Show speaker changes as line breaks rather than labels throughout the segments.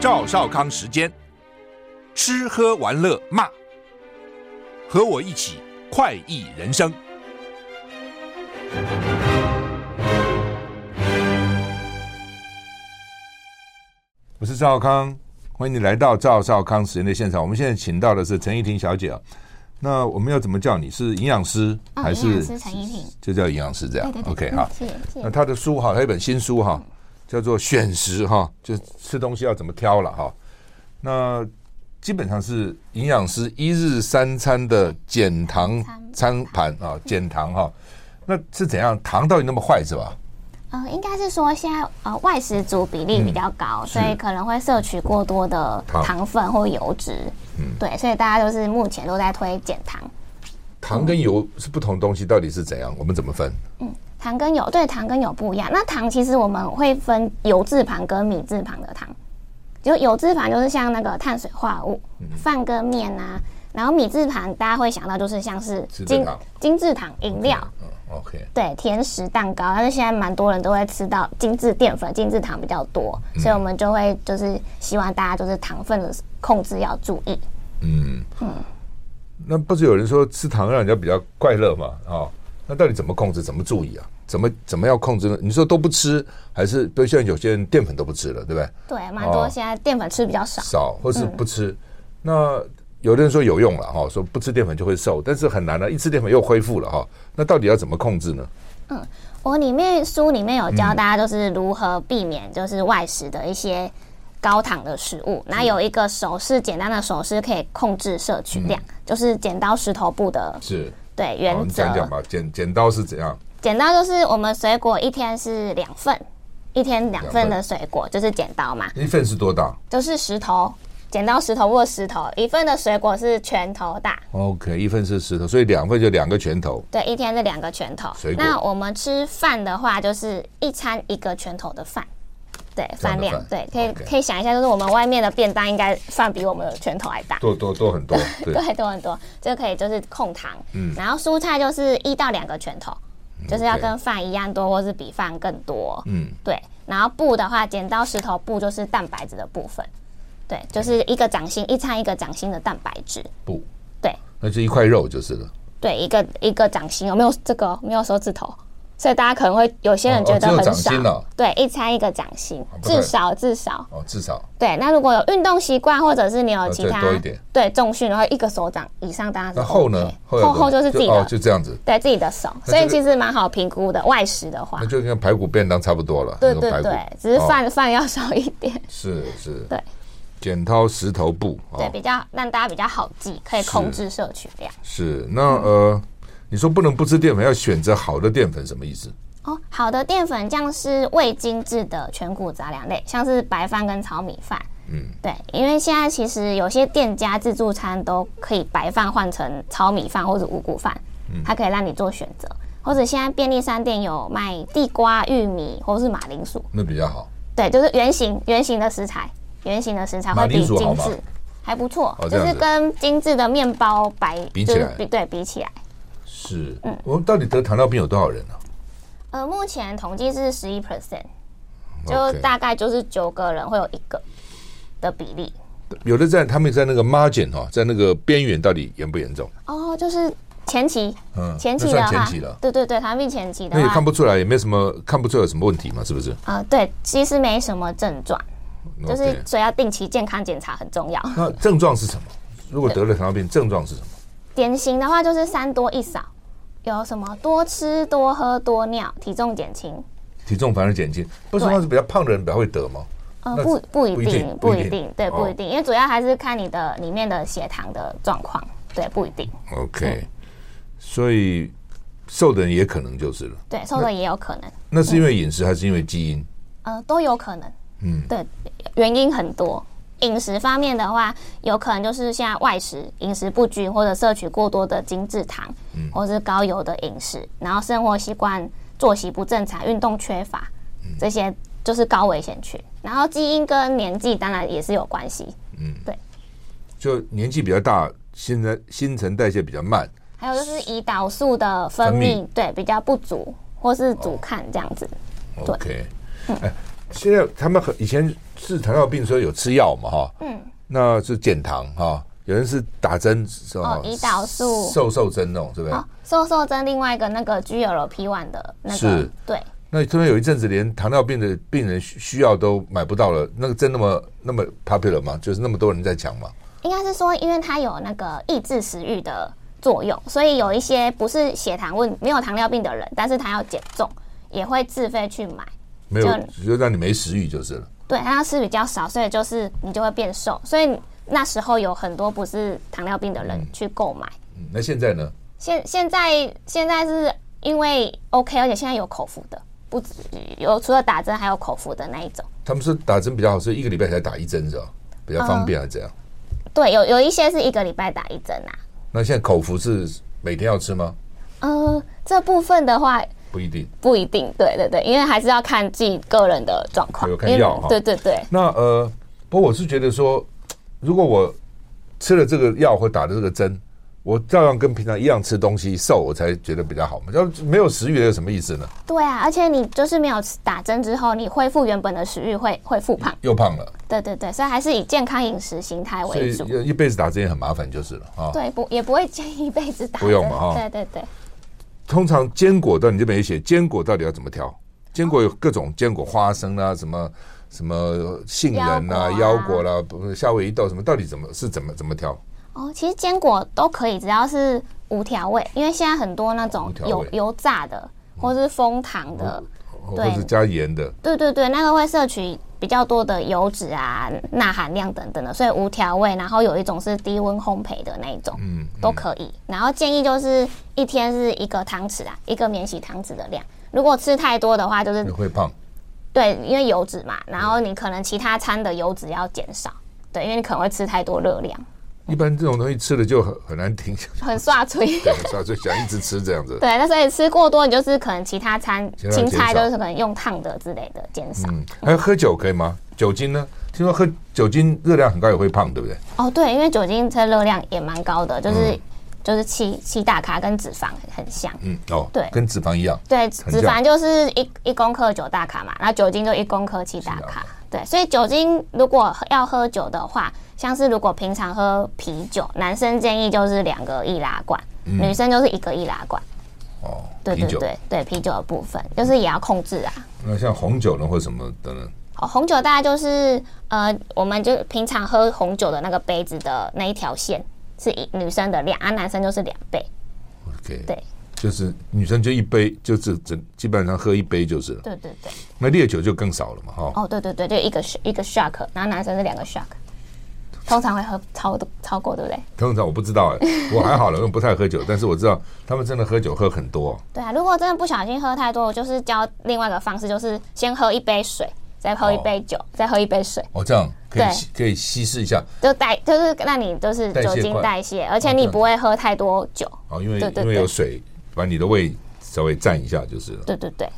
赵少康时间，吃喝玩乐骂，和我一起快意人生。
我是赵少康，欢迎你来到赵少康时间的现场。我们现在请到的是陈怡婷小姐啊，那我们要怎么叫你？是营养师
嗯
还
营
是
养师陈怡婷？
就叫营养师这样
对对对
，OK
嗯
哈。
谢谢谢
那
谢。
他的书哈，他有一本新书哈，叫做《选食》哈，就吃东西要怎么挑了哈。那基本上是营养师一日三餐的减糖餐盘啊，减糖哈。那是怎样？糖到底那么坏是吧？
呃，应该是说现在呃外食族比例比较高，所以可能会摄取过多的
嗯糖嗯
糖分或油脂。对，所以大家就是目前都在推减糖。
糖跟油是不同东西，到底是怎样？我们怎么分？
糖跟油对糖跟油不一样。那糖其实我们会分油字旁跟米字旁的糖，就油字旁就是像那个碳水化合物，
嗯
饭跟面啊。然后米字旁大家会想到就是像是
精制
精
糖
精制糖、饮料，
嗯，OK。
对，甜食、蛋糕，但是现在蛮多人都会吃到精致淀粉、精致糖比较多，
嗯
所以我们就会就是希望大家就是糖分的控制要注意。
那不是有人说吃糖让人家比较快乐嘛？哦，那到底怎么控制？怎么注意啊？怎么怎么要控制呢？你说都不吃，还是比如像有些人淀粉都不吃了，对不对？
对，蛮多
哦
现在淀粉吃比较少，
少或是不吃。
嗯
那有的人说有用了哈、哦，说不吃淀粉就会瘦，但是很难啊了、一吃淀粉又恢复了哈、那到底要怎么控制呢？
我里面书里面有教
嗯
大家就是如何避免就是外食的一些高糖的食物，那有一个手势，简单的手势可以控制摄取量，就是剪刀石头布的
是，
对
我
原
们嗯
则。
哦讲讲吧。剪剪刀是怎样？
剪刀就是我们水果一天是两份，一天两
两份
份的水果就是剪刀嘛，
一份是多大
就是石头。剪刀石头握石头，一份的水果是拳头大，
？OK，一份是石头，所以两份就两个拳头。
对，一天是两个拳头
水。果
那我们吃饭的话，就是一餐一个拳头的饭，对，饭量，
饭
对，可以
OK
可以想一下，就是我们外面的便当应该饭比我们的拳头还大，
多多多很多，对， 嗯
对，多很多，这个可以就是控糖。然后蔬菜就是一到两个拳头，就是要
OK
跟饭一样多，或是比饭更多。
嗯，
对，然后布的话，剪刀石头布就是蛋白质的部分，对，就是一个掌心一餐一个掌心的蛋白质，
不，
对
那就一块肉就是了。
对，一个一个掌心有没有这个没有手指头，所以大家可能会有些人觉
哦哦只
得
有
很
掌
少，
心哦
对，一餐一个掌心，
不太
至少至少
哦，至少
对。那如果有运动习惯，或者是你有其
再
他、
啊多一点
对重训的话，一个手掌以上当然是
那
OK,
后呢？
后
有
后
多少
就是自己的、
哦，就这样子，
对自己的手，
那
所以
这个
其实蛮好评估的。外食的话
那，就跟排骨便当差不多了。
对
那个
对
排骨
对，只是
哦
饭、饭要少一点，
是是，
对，
剪刀石头布
对
哦，
比较让大家比较好记，可以
是
控制摄取量。
是那呃，你说不能不吃淀粉，要选择好的淀粉，什么意思？
哦，好的淀粉像是未精制的全谷杂粮类，像是白饭跟炒米饭。嗯，对，因为现在其实有些店家自助餐都可以白饭换成炒米饭或者五谷饭，
嗯
它可以让你做选择。或者现在便利商店有卖地瓜、玉米或是马铃薯，
那比较好
对，就是圆形圆形的食材，圆形的食材
马
会
铃
比
薯好
精
吗
致还不错，
哦这
就
样
是
子
跟精致的面包白
比
就
起
是
来
比对比起来，
是。
嗯
我们哦到底得糖尿病有多少人呢、啊
呃，目前统计是十一 percent，就
OK
大概就是九个人会有一个的比例。
有的在他们在那个 margin 哈、哦，在那个边缘到底严不严重？
哦，就是前期，
嗯
前期
那
的
算
话，
前期了
对对对，糖尿病前期的
那也
话
看，不出来，也没什么看不出来有什么问题嘛，是不是？
呃，对，其实没什么症状，就是
OK
所以要定期健康检查很重要。
那症状是什么？如果得了糖尿病，症状是什么？
典型的话就是三多一少，有什么多吃多喝多尿，体重减轻。
体重反而减轻，不是说是比较胖的人比较会得吗？
呃，
那
不不
不
一
一
定
定，
不
不一
一定
定，
对，不
哦
一定，因为主要还是看你的里面的血糖的状况，对，不一定，嗯
OK，所以瘦的人也可能就是了。
对，瘦的也有可能，
那是因
嗯
为饮食还是因为基因？
呃，都有可能，嗯，对，原因很多。饮食方面的话，有可能就是像外食、饮食不均，或者摄取过多的精制糖，或是高油的饮食，然后生活习惯、作息不正常、运动缺乏，这些就是高危险群。然后基因跟年纪当然也是有关系，
就年纪比较大，现在新陈代谢比较慢，
还有就是胰岛素的分
分
泌哦
泌
对比较不足，或是阻抗这样子。
OK，哎，
嗯
现在他们很以前治糖尿病的时候有吃药嘛哈，嗯，那是减糖哈，有人是打针是吧
哦胰岛素
瘦瘦针那种是不是？
哦，瘦瘦针另外一个那个 GLP-1 的那个
是
对
那突然有一阵子连糖尿病的病人需需要都买不到了，那个针那么那么 popular 吗？就是那么多人在抢吗？
应该是说，因为它有那个抑制食欲的作用，所以有一些不是血糖问没有糖尿病的人，但是他要减重，也会自费去买。
没有，
就
就让你没食欲就是了。
对，他要吃比较少，所以就是你就会变瘦。所以那时候有很多不是糖尿病的人去购买。
嗯那现在呢？
现现在现在是因为 OK，而且现在有口服的，不止有除了打针还有口服的那一种。
他们说打针比较好，所以一个礼拜才打一针是吧？比较方
哦
便还是怎样？
对，有有一些是一个礼拜打一针啊。
那现在口服是每天要吃吗？
呃，这部分的话
不一定。
不一定，对对对，因为还是要看自己个人的状况，
还有看
因为
药哈
对对对，
那呃，不过我是觉得说，如果我吃了这个药或打了这个针，我照样跟平常一样吃东西瘦，我才觉得比较好嘛。要没有食欲有什么意思呢？
对啊，而且你就是没有吃打针之后，你恢复原本的食欲会会复胖，
又胖了，
对对对，所以还是以健康饮食形态
所
为
以
主。
一辈子打针也很麻烦就是了啊。
对，不也不会建议一辈子打
不
针，
用嘛哈
对对对，
通常坚果到你这边也写，坚果到底要怎么挑？坚果有各种坚果，花生啊，什么什么杏仁啊、
腰
腰果
果
啦、不夏威夷豆什么，到底怎么是怎么怎么挑？
哦，其实坚果都可以，只要是无调味，因为现在很多那种
无调味嗯
油油炸的或是封糖的，
或
对
者是加盐的，
对对对，那个会摄取比较多的油脂啊、钠含量等等的，所以无调味。然后有一种是低温烘焙的那一种，嗯，都可以。然后建议就是一天是一个汤匙啊，一个免洗汤匙的量。如果吃太多的话，就是
你会胖。
对，因为油脂嘛，然后你可能其他餐的油脂要减少，对，因为你可能会吃太多热 量，
一般这种东西吃了就很很难停下来。
很刷嘴。
对，所以啊就想一直吃这样子。
对，那所以吃过多，你就是可能其他餐
其他
青
减
菜都
少
是可能用烫的之类的减少。
嗯，还有喝酒可以吗？酒精呢？听说喝酒精热量很高也会胖，对不对？
哦，对，因为酒精它热量也蛮高的，就是、就是七七大卡跟脂肪很很像。
嗯，哦，
对
跟脂肪一样。
对，脂肪就是一一公克九大卡嘛，然后酒精就一公克七大
大
卡
卡。
对，所以酒精如果要喝酒的话，像是如果平常喝啤酒，男生建议就是两个易拉罐，女生就是一个易拉罐。
哦，
对
啤
对
酒。
对对，嗯啤酒的部分就是也要控制啊。
那像红酒呢，或什么的呢？
哦，红酒大概就是呃，我们就平常喝红酒的那个杯子的那一条线是一女生的量，啊，男生就是两倍。
OK，
对，
就是女生就一杯，就是整基本上喝一杯就是了。
对对对，
那烈酒就更少了嘛，哈。
哦，对对对，就一个 sh- 一个 shark，然后男生是两个 shark，通常会喝超多超过，对不对？
通常我不知 道哎、我还好了，因为不太喝酒，但是我知道他们真的喝酒喝很多。
对啊，如果真的不小心喝太多，我就是教另外一个方式，就是先喝一杯水，再喝一
哦
杯酒，再喝一杯水，
哦，这样可
对
以稀可以稀释一下
就代就是让你就是
代谢
酒精
快哦
代谢，而且你
这样
不会喝太多酒。
哦，因为
对对
因为有
对
水把你的胃稍微蘸一下就是了。
对对对，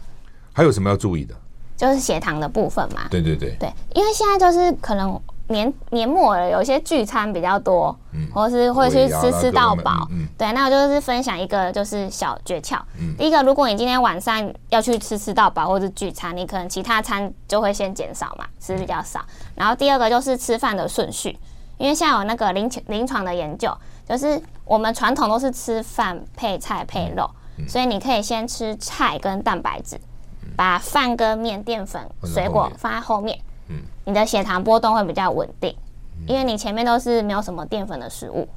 还有什么要注意的？
就是血糖的部分嘛。
对对对，
对，因为现在就是可能年年末了，有一些聚餐比较多，
嗯
或是会去
尾牙
吃
啦
吃
啊各
到
方面
饱。
嗯嗯嗯
对，那我就是分享一个就是小诀窍。第一个，如果你今天晚上要去吃吃到饱或是聚餐，你可能其他餐就会先减少嘛，吃比较少。然后第二个就是吃饭的顺序，因为现在有那个临床临床的研究，就是我们传统都是吃饭配菜配肉，
嗯
所以你可以先吃菜跟蛋白质。把饭跟面、淀粉、
放在
水
后
果
面嗯
放在后面，你的血糖波动会比较稳定，因为你
嗯
前面都是没有什么淀粉的食物，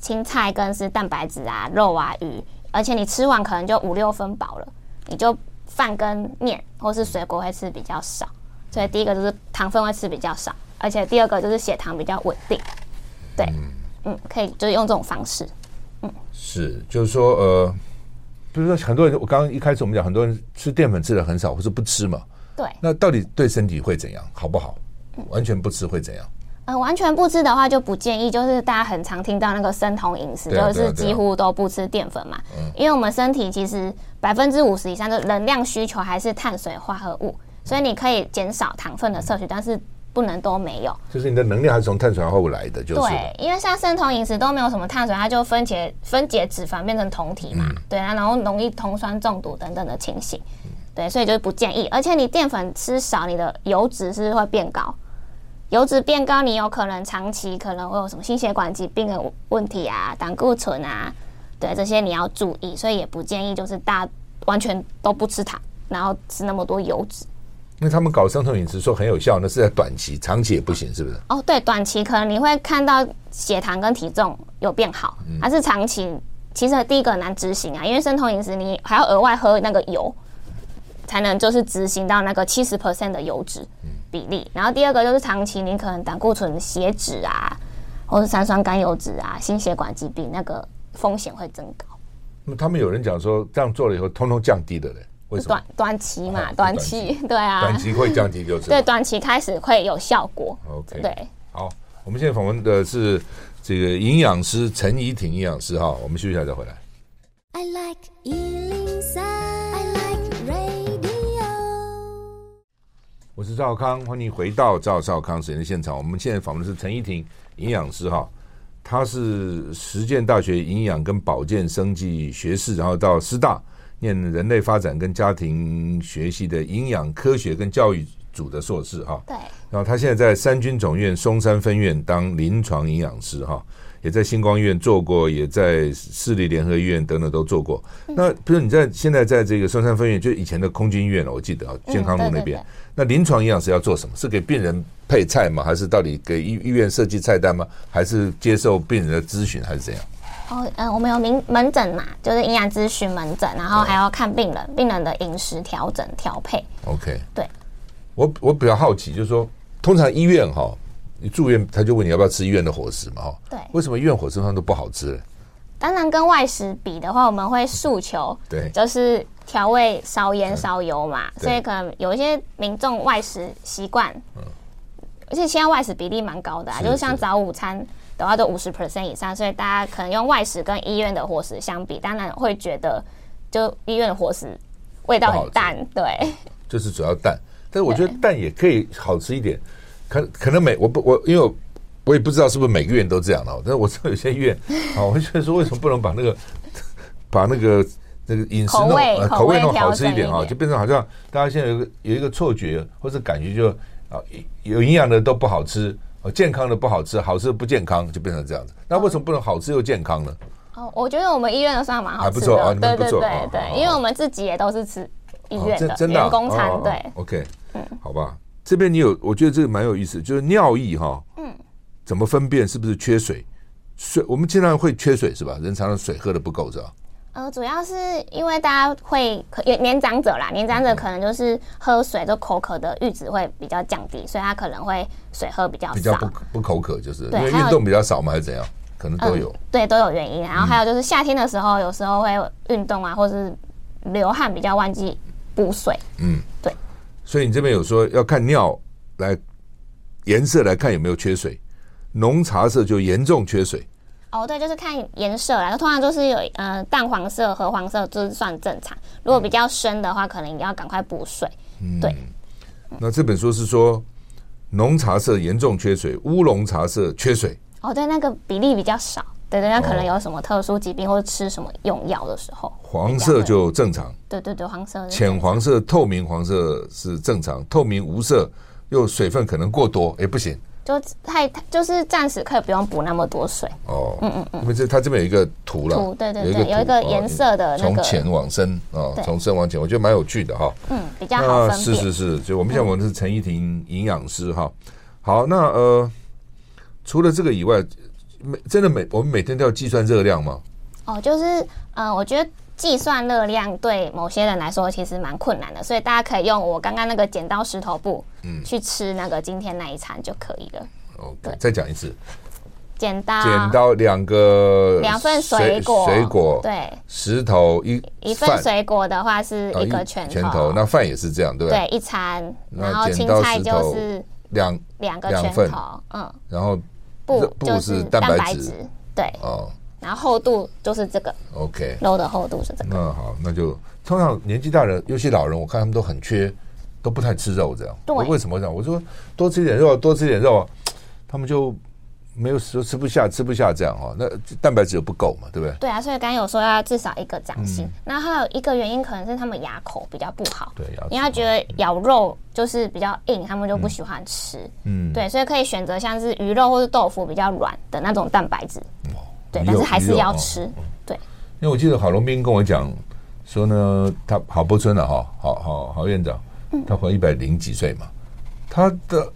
青菜跟是蛋白质啊、肉啊、鱼，而且你吃完可能就五六分饱了，你就饭跟面或是水果会吃比较少。所以第一个就是糖分会吃比较少，而且第二个就是血糖比较稳定。对，嗯，可以就是用这种方式。
是，就是说，呃，比如说很多人，我刚刚一开始我们讲，很多人吃淀粉吃的很少，或是不吃嘛，
对，
那到底对身体会怎样，好不好？完全不吃会怎样？
呃，完全不吃的话就不建议，就是大家很常听到那个生酮饮食，
对啊
就
对啊啊嗯对
是
啊
几乎都不吃淀粉嘛。因为我们身体其实百分之五十以上的能量需求还是碳水化合物，所以你可以减少糖分的摄取，但是不能都没有。
就是你的能量还是从碳水化合物来的，就是了
对，因为像生酮饮食都没有什么碳水，它就分解分解脂肪变成酮体
嗯
嘛，对啊，然后容易酮酸中毒等等的情形，对，所以就是不建议。而且你淀粉吃少，你的油脂是会变高，油脂变高，你有可能长期可能会有什么心血管疾病的问题啊，胆固醇啊，对，这些你要注意，所以也不建议就是大家完全都不吃糖，然后吃那么多油脂。
因为他们搞生酮饮食说很有效，那是在短期，长期也不行，是不是？
哦，对，短期可能你会看到血糖跟体重有变好，
嗯
但是长期其实第一个很难执行啊，因为生酮饮食你还要额外喝那个油，才能就是执行到那个七十 percent 的油脂
嗯
比例。然后第二个就是长期你可能胆固醇、血脂啊，或是三酸甘油脂啊、心血管疾病那个风险会增高。
那么他们有人讲说这样做了以后，通通降低的嘞，为什么
短？短期嘛，
哦是
短
短
期对啊，
短期会降低就是了
对短期开始会有效果。
OK
对，
好，我们现在访问的是这个营养师陈怡婷营养师哈，我们休息一下再回来。
I like Ealing Sound. I like radio.
我是赵少康，欢迎回到赵少康实验的现场。我们现在访问的是陈依婷营养师哈，她是实践大学营养跟保健生技学士，然后到师大念人类发展跟家庭学系的营养科学跟教育组的硕士哈。
对，
然后他现在在三军总院松山分院当临床营养师哈，也在星光医院做过，也在市立联合医院等等都做过。
嗯
那比如你在现在在这个松山分院，就以前的空军医院了，我记得啊，健康路那
嗯对对
边
对。
那临床营养师要做什么？是给病人配菜吗？还是到底给医医院设计菜单吗？还是接受病人的咨询，还是怎样？
哦，呃，我们有门门诊嘛，就是营养咨询门诊，然后还要看病人，病人的饮食调整调配。
OK，
对，
我我比较好奇，就是说，通常医院哈、你住院他就问你要不要吃医院的伙食嘛哈、
对
为什么医院伙食通常都不好吃呢？
当然跟外食比的话，我们会诉求
对
就是调味少盐少油嘛，
对嗯
所以可能有一些民众外食习惯，而且现在外食比例蛮高的、啊，
是
就是像
是
早午餐的话都五十 percent 以上，所以大家可能用外食跟医院的伙食相比，当然会觉得就医院的伙食味道
不好
很
吃
淡，对。
就是主要蛋，但是我觉得蛋也可以好吃一点，可可能每我不我因为我我也不知道是不是每个院都这样了，但是我知道有些医 院啊，我就觉得说为什么不能把那个把那个那个饮食
口
弄
味
呃
口
口味
味
弄
调
好吃一
整
点
一
啊，
点
就变成好像大家现在有一个有一个错觉或者感觉就啊有营养的都不好吃。哦健康的不好吃，好吃的不健康，就变成这样子。那为什么不能好吃又健康呢？
哦，我觉得我们医院的算蛮好
还不
吃
错啊
的，
你
对
们不
对
错
对
哦好好
对，因为我们自己也都是吃医院
哦、真真的啊
员工餐
哦哦，哦
对，嗯
OK，好吧，这边你有，我觉得这个蛮有意思，就是尿液哈，嗯，怎么分辨是不是缺水？水我们经常会缺水是吧？人常常水喝的不够是吧？
呃，主要是因为大家会可也年长者啦，年长者可能就是喝水就口渴的阈值会比较降低，所以他可能会水喝比较
比较
啊少嗯
不，不口渴，就是
对
因为运
还有
动比较少嘛，还是怎样？可能都
嗯
有。
对，都有原因。然后还有就是夏天的时候，有时候会运动啊，或是流汗比较忘记补水，
所以你这边有说要看尿来颜色来看有没有缺水，浓茶色就严重缺水，
哦，对，就是看颜色啦，通常就是有呃淡黄色、和黄色，就是算正常。
嗯
如果比较深的话，可能你要赶快补水。对，嗯
那这本书是说浓茶色严重缺水，乌龙茶色缺水。
哦，对，那个比例比较少。对对，那可
哦
能有什么特殊疾病或者吃什么用药的时候，
黄色
比较会
就正常，
对对对，黄色
浅黄色、透明黄色是正常，透明无色又水分可能过多哎也不行
就太太就是暂时可以不用补那么多水。
哦。嗯嗯嗯，因为这它这边有一个图了，
图对对
有一个
对有一个
图
颜色的
哦
那
从
个
浅往深哦，
对
从深往浅，我觉得蛮有趣的哈。
嗯，比较好分
啊是
辨。嗯
是是，就我们想我们是陈依婷营养师哈。好，那呃，除了这个以外，每真的每我们每天都要计算热量吗？
哦，就是嗯、呃我觉得计算热量对某些人来说其实蛮困难的，所以大家可以用我刚刚那个剪刀石头布，
嗯
去吃那个今天那一餐就可以了。
OK，
对
再讲一次，
剪刀，
剪，刀两个，
两份水果，
水果，，
对，
石头一
一份
饭
水果的话是
啊
一个拳头，
拳头，那饭也是这样，对不
对一餐，
那
然后
剪
青
刀
菜
石
就
头
是
两，
两个
两
拳
份
头，嗯，
然后
布
布
就是
是
蛋
蛋白
白
质
质，对，
哦
然后厚度就是这个
，OK，
肉的厚度是这个，
那好，那就通常年纪大的，尤其老人，我看他们都很缺，都不太吃肉这样。
对
我为什么会这样？我说多吃一点肉，多吃一点肉，他们就没有说吃不下，吃不下这样哦哈。那蛋白质又不够嘛，对不对？
对啊，所以刚刚有说要至少一个掌心，那还有一个原因可能是他们牙口比较不好，
嗯对牙齿
因为他觉得咬肉就是比较硬，他们就不喜欢吃，
嗯，
对，所以可以选择像是鱼肉或是豆腐比较软的那种蛋白质，对，
哦鱼
但
肉
是还
鱼
是
肉
要
哦
吃，对。
因为我记得郝龙斌跟我讲说呢，他郝柏村了哈，郝郝郝院长，
嗯
他活一百零几岁嘛，他的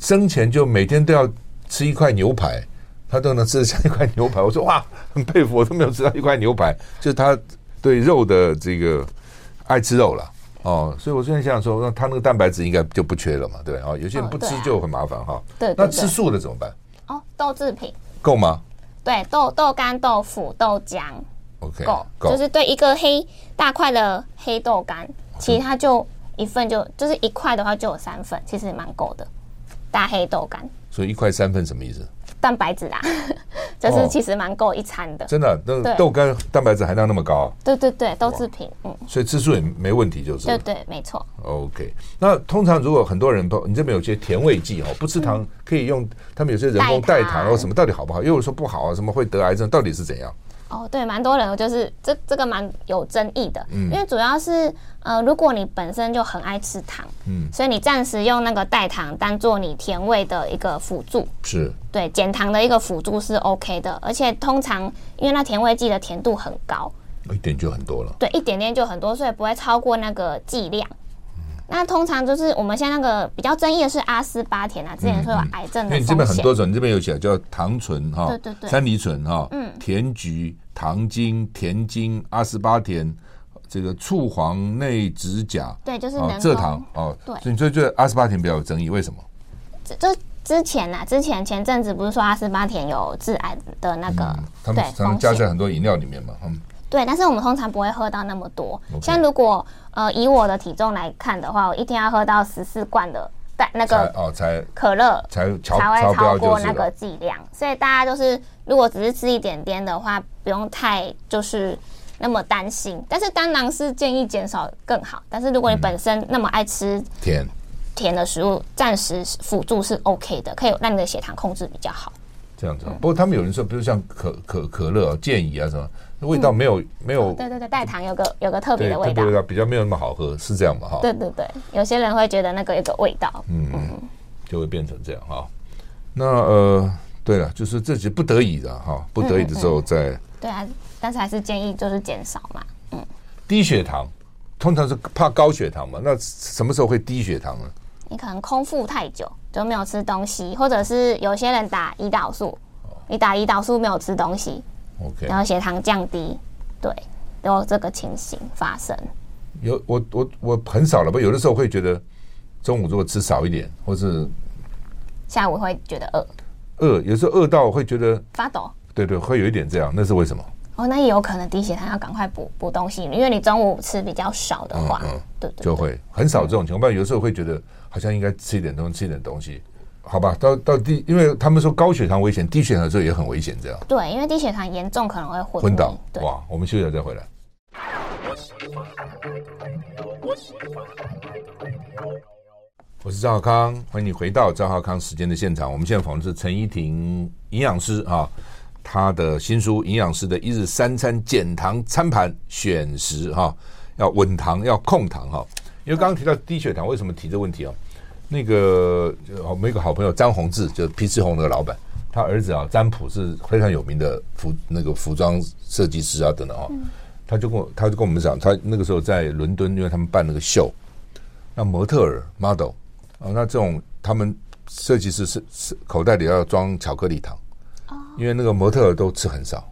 生前就每天都要吃一块牛排，他都能吃得下一块牛排。我说哇，很佩服，我都没有吃到一块牛排，就是他对肉的这个爱吃肉了。哦，所以我现在想说，那他那个蛋白质应该就不缺了嘛，对不对？哦，有些人
哦
不
对
吃
啊
就很麻烦哈。
对对
那
对
吃素的怎么办？
哦，豆制品，
够吗
对，豆豆干、豆腐、豆浆
？OK，
够，就是对一个黑大块的黑豆
嗯
干，其实它就一份就就是一块的话就有三份，其实蛮够的。大黑豆干，
所以一块三分什么意思？
蛋白质 啦，
哦
就是其实蛮够一餐的。
真的，那
对
豆干蛋白质含量那么高啊、
对对对，豆制品，嗯，
所以吃素也没问题，就是
对对，没错。
OK。那通常如果很多人，你这边有些甜味剂哦，不吃糖可以用，他们有些人工
嗯代
代
糖
糖然后什么，到底好不好？又有说不好啊，什么会得癌症，到底是怎样？
哦，对，蛮多人就是这这个蛮有争议的，
嗯
因为主要是呃，如果你本身就很爱吃糖，
嗯
所以你暂时用那个代糖当做你甜味的一个辅助，
是
对减糖的一个辅助是 OK 的，而且通常因为那甜味剂的甜度很高，
一点就很多了。
对，一点点就很多，所以不会超过那个剂量。那通常就是我们现在那个比较争议的是阿斯巴甜啊，之前说有癌症
因
的
为你这
风
边很
险，
多种，你这边有写叫糖醇哈，
对对对嗯
山梨醇哈，甜菊、糖精、甜精、阿斯巴甜，这个醋黄内酯甲，
对，就是
哦
能
蔗
够
糖哦，
对
所以你就觉得阿斯巴甜比较有争议，为什么？
就之前啊，之前前阵子不是说阿斯巴甜有致癌的那个、
他们
对
常常
风
加在
险，
很多饮料里面嘛，嗯，
对，但是我们通常不会喝到那么多。
OK
像如果呃以我的体重来看的话，我一天要喝到十四罐的但那
才
个
哦才
可乐
才超
才
超
会
标
超
就
过
是
那个
了。
剂量，所以大家就是如果只是吃一点点的话，不用太就是那么担心。但是当然是建议减少更好，但是
嗯
如果你本身那么爱吃
甜
甜的食物，暂时辅助是 OK 的，可以让你的血糖控制比较好。
这样子啊。
嗯
不过他们有人说，比如像可可可乐啊、健怡啊什么，味道没有没有
对对对，代嗯糖有个有个特别
对
的
特
味道
别。味道比较没有那么好喝，是这样嘛哈？
对对对，有些人会觉得那个有个味道，
嗯就会变成这样哈。那呃，对了，就是自己不得已的哈，不得已的时候再
对啊，但是还是建议就是减少嘛。
低血糖，通常是怕高血糖嘛。那什么时候会低血糖呢？
你可能空腹太久就没有吃东西，或者是有些人打胰岛素，
哦
你打胰岛素没有吃东西，
OK，
然后血糖降低，对，有这个情形发生。
有我我我很少了吧？有的时候会觉得中午如果吃少一点，或是
下午会觉得饿，
饿，有时候饿到会觉得，
发抖。
对对，会有一点这样，那是为什么？
哦，那也有可能低血糖，要赶快补补东西，因为你中午吃比较少的话，
嗯嗯
对对对，
就会很少这种情况，不然有时候会觉得好像应该吃一点东西，吃一点东西，好吧？到到低，因为他们说高血糖危险，低血糖的时候也很危险，这样
对，因为低血糖严重可能会昏
昏倒
迷，对，
哇！我们休息了再回来。我是赵浩康，欢迎你回到赵浩康时间的现场。我们现在访问的是陈依婷营养师啊，她的新书《营养师的一日三餐减糖餐盘选食》哈、要稳糖，要控糖哈、因为刚刚提到低血糖，为什么提这个问题啊？那个就我们有一个好朋友张宏志，就是皮吃红那个老板，他儿子啊詹普是非常有名的服那个服装设计师啊等等啊，他就跟我他就跟我们讲，他那个时候在伦敦，因为他们办那个秀，那模特儿 model 啊，那这种他们设计师是是口袋里要装巧克力糖，因为那个模特儿都吃很少，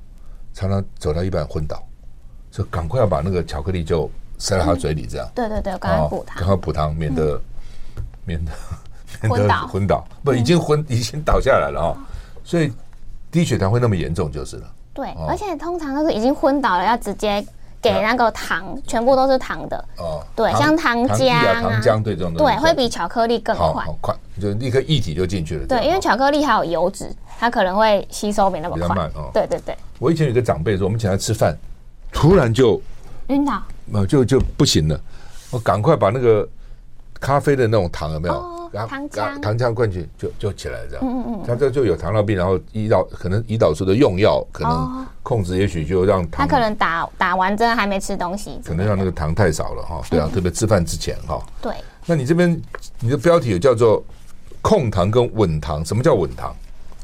常常走到一半昏倒，所以赶快要把那个巧克力就塞到他嘴里，这样，
对对对，赶快
啊，
补它
赶。快补汤，免得 免得免
嗯昏倒嗯
得昏倒，不，已经昏，已经倒下来了啊。所以低血糖会那么严重就是了。
对，
哦
而且通常都是已经昏倒了，要直接给那个糖，全部都是糖的。
哦，
对像糖
糖液
浆啊
啊、糖浆对这种东西
对，会比巧克力更
好
快
好。快，就立刻液体就进去了。这
对，
样
因为
哦
巧克力还有油脂，它可能会吸收没那么
比较
快
慢哦。
对对对，
我以前有一个长辈说，我们请他吃饭，突然就
晕倒。
呃就就不行了，我赶快把那个咖啡的那种糖有没有？
哦
然后
糖浆
然后糖浆灌进去就就起来这样。嗯嗯他这就有糖尿病，然后胰岛可能胰岛素的用药可能
哦
控制，也许就让
他
糖
可能打打完针还没吃东西
可
之类的，
能让那个糖太少了哈。对
嗯
啊，特别吃饭之前哈。
对
那你这边你的标题有叫做控糖跟稳糖，什么叫稳糖？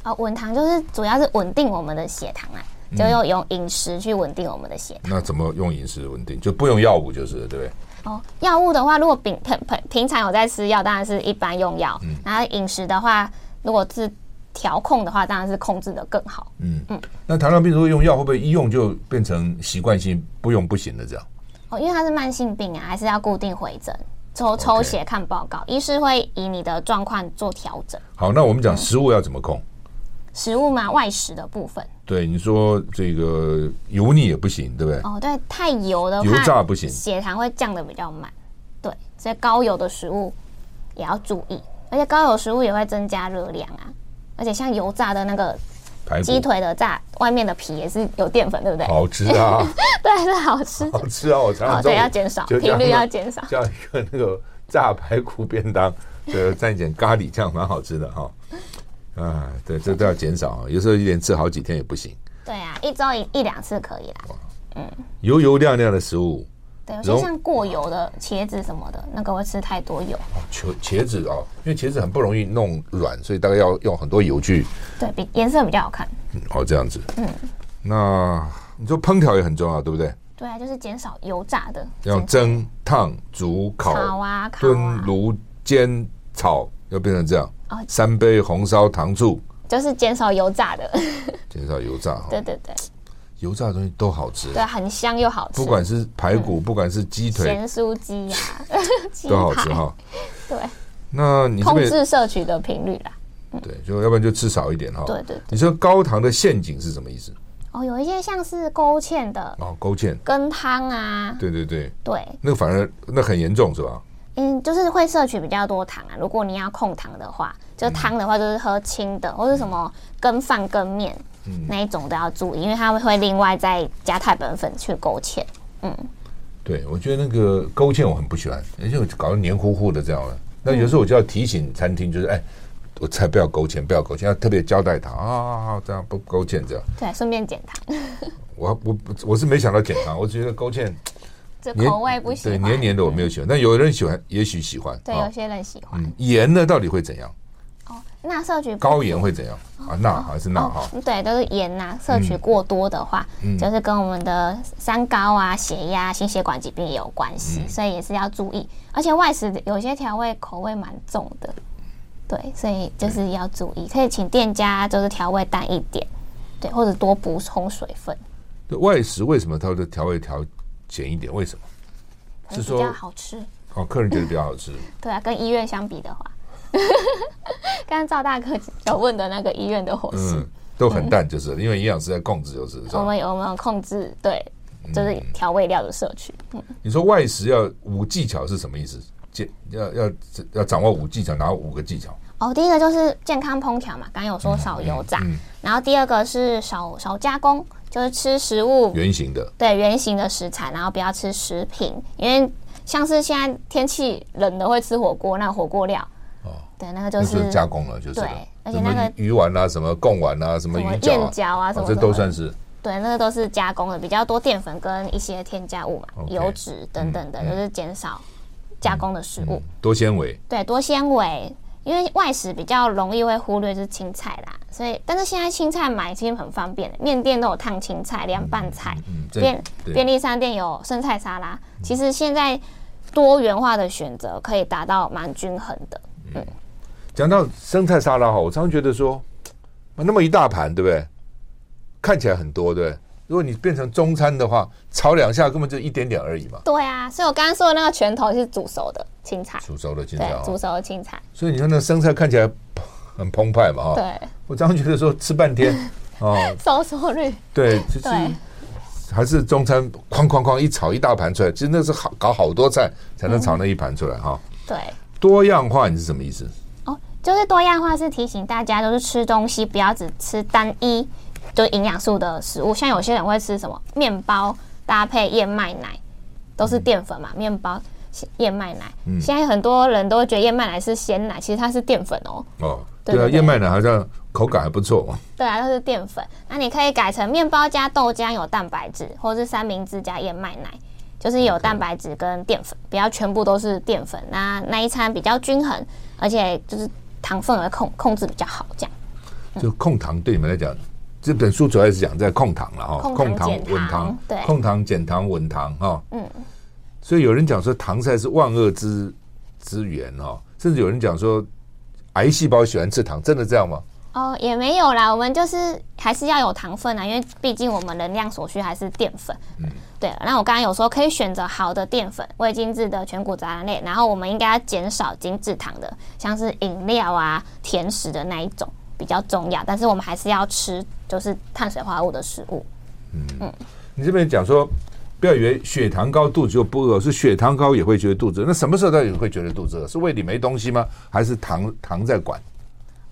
哦，稳糖就是主要是稳定我们的血糖啊，
嗯
就用用饮食去稳定我们的血糖。
那怎么用饮食稳定？就不用药物就是了，对不对？
哦，药物的话，如果平平平平常有在吃药，当然是一般用药。
嗯
然后饮食的话，如果是调控的话，当然是控制的更好。
嗯那糖尿病如果用药，会不会一用就变成习惯性不用不行的这样？
哦，因为它是慢性病啊，还是要固定回诊、抽抽
OK
血看报告，医师会以你的状况做调整。
好，那我们讲食物要怎么控？
食物嘛，外食的部分。
对，你说这个油腻也不行，对不对？
哦，对，太油的话，
油炸不行
血糖会降的比较慢。对，所以高油的食物也要注意，而且高油食物也会增加热量啊。而且像油炸的那个
排
鸡
骨
腿的炸，外面的皮也是有淀粉，对不对？
好吃啊，
对，是好吃。
好吃啊！我常
哦
常中
对
午
要减少
就
频
叫
率
那
要
个
减少
叫一个那个炸排骨便当，对，蘸一点咖喱酱，蛮好吃的哈。啊，对，这都要减少啊，有时候一连吃好几天也不行。
对啊，一周一一两次可以啦。
油油亮亮的食物，
对，有
然
些
后
像过油的茄子什么的，那个会吃太多油，
茄茄子哦，因为茄子很不容易弄软，所以大概要用很多油去
对比颜色比较好看。
哦，这样子。嗯，那你说烹调也很重要，对不对？
对啊，就是减少油炸的，
要
减
蒸、烫、煮、烤、
炒啊烤
炖、
啊，
炉、煎、炒，要变成这样。
哦
三杯红烧糖醋，
就是减少油炸的。
减少油炸。
对对对，
油炸的东西都好吃，
对，很香又好吃。
不管是排骨，不管是鸡腿，
咸酥鸡呀、 鸡
都好吃
排
哈。
对，
那你这
控
边
制摄取的频率啦。
对，就要不然就吃少一点哈。
对对对
你说高糖的陷阱是什么意思？
哦，有一些像是勾芡的
哦，勾芡。
羹汤啊，
对对对，
对，
那反而那很严重是吧？
嗯，就是会摄取比较多糖啊。如果你要控糖的话，就汤的话就是喝清
嗯
的，或是什么跟饭跟面、那一种都要注意，因为它会另外再加太白粉去勾芡。
对，我觉得那个勾芡我很不喜欢，而且我搞得黏糊糊的这样了。那有时候我就要提醒餐厅，就是哎，我菜不要勾芡，不要勾芡，要特别交代他啊，这样不勾芡这样。
对，顺便减糖，
我我我是没想到减糖，我觉得勾芡
这
黏
口味不喜
对
欢。
黏黏的我没有喜欢，但有人喜欢，也许喜欢。
对，
啊
有些人喜欢。
嗯，盐呢到底会怎样？
哦，那摄取不
高盐会怎样啊？钠还是钠哈？
哦，对，都是盐呐、摄取过多的话，
嗯
就是跟我们的三高啊、血压、心血管疾病也有关
嗯
系，所以也是要注意。而且外食有些调味口味蛮重的，对，所以就是要注意，可以请店家就是调味淡一点，对，或者多补充水分，
对外食为什么它的调味调减一点？为什么？
可
是
能比
说
较好吃。
哦，客人觉得比较好吃。
对啊，跟医院相比的话， 刚刚赵大哥有问的那个医院的伙食，
嗯，都很淡，就是了因为营养师在控制，就是这
我
样。
们有我们有控制对，就是调味料的摄取。
你说外食要五技巧是什么意思？解要要要掌握五技巧，哪五个技巧？
哦，第一个就是健康烹调嘛，刚刚有说少油炸，
嗯
然后第二个是少少加工，就是吃食物
圆形的，
对圆形的食材，然后不要吃食品，因为像是现在天气冷的会吃火锅，那火锅料，
哦
对，那个就
那
是
是加工了，就是了
对而且
什么
那个
鱼鱼丸啊，什么贡丸啊，什么
什么
鱼饺
燕饺啊什么
哦这
什么
都算是
对，那个都是加工的，比较多淀粉跟一些添加物嘛
OK 嗯
油脂等等的，就是减少加工的食物。
多纤维。
对，多纤维，因为外食比较容易会忽略就是青菜啦，所以但是现在青菜买其实很方便，面店都有烫青菜、凉拌菜，
嗯这
便
对
便利商店有生菜沙拉，其实现在多元化的选择可以达到蛮均衡的。
讲到生菜沙拉哈，我常常觉得说，那么一大盘，对不对？看起来很多，对不对？如果你变成中餐的话，炒两下根本就一点点而已嘛，
对啊，所以我刚刚说的那个拳头是煮熟的青菜，
煮熟的青菜
对，煮
哦。
熟的青菜，
所以你看那生菜看起来很澎湃嘛，哈。
对，
我常常觉得说吃半天，哦，
收缩率，
对，就是
对
还是中餐哐哐哐一炒一大盘出来，其实那是好搞好多菜才能炒那一盘出来哈。
对。
多样化你是什么意思？
哦，就是多样化是提醒大家，就是吃东西不要只吃单一就营养素的食物，像有些人会吃什么面包搭配燕麦奶，都是淀粉嘛，面包。燕麦奶，现在很多人都会觉得燕麦奶是鲜奶，其实它是淀粉哦。
哦，
对
对啊，
对对
燕麦奶好像口感还不错。
对啊，它是淀粉。那你可以改成面包加豆浆有蛋白质，或是三明治加燕麦奶，就是有蛋白质跟淀粉，不要全部都是淀粉。那那一餐比较均衡，而且就是糖分的控控制比较好，这样。嗯
就控糖对你们来讲，这本书主要是讲在控糖了哈，
控糖减
稳
糖
糖，
对
控糖减糖稳糖哈。嗯，所以有人讲说糖菜是万恶之之源哈，甚至有人讲说癌细胞喜欢吃糖，真的这样吗？
哦，也没有啦，我们就是还是要有糖分啊，因为毕竟我们能量所需还是淀粉。嗯，对。那我刚刚有说可以选择好的淀粉，未精制的全谷杂粮类，然后我们应该要减少精制糖的，像是饮料啊、甜食的那一种比较重要，但是我们还是要吃就是碳水化合物的食物。
你这边讲说，不要以为血糖高肚子就不饿，是血糖高也会觉得肚子饿。那什么时候到底会觉得肚子饿？是胃里没东西吗？还是糖糖在管？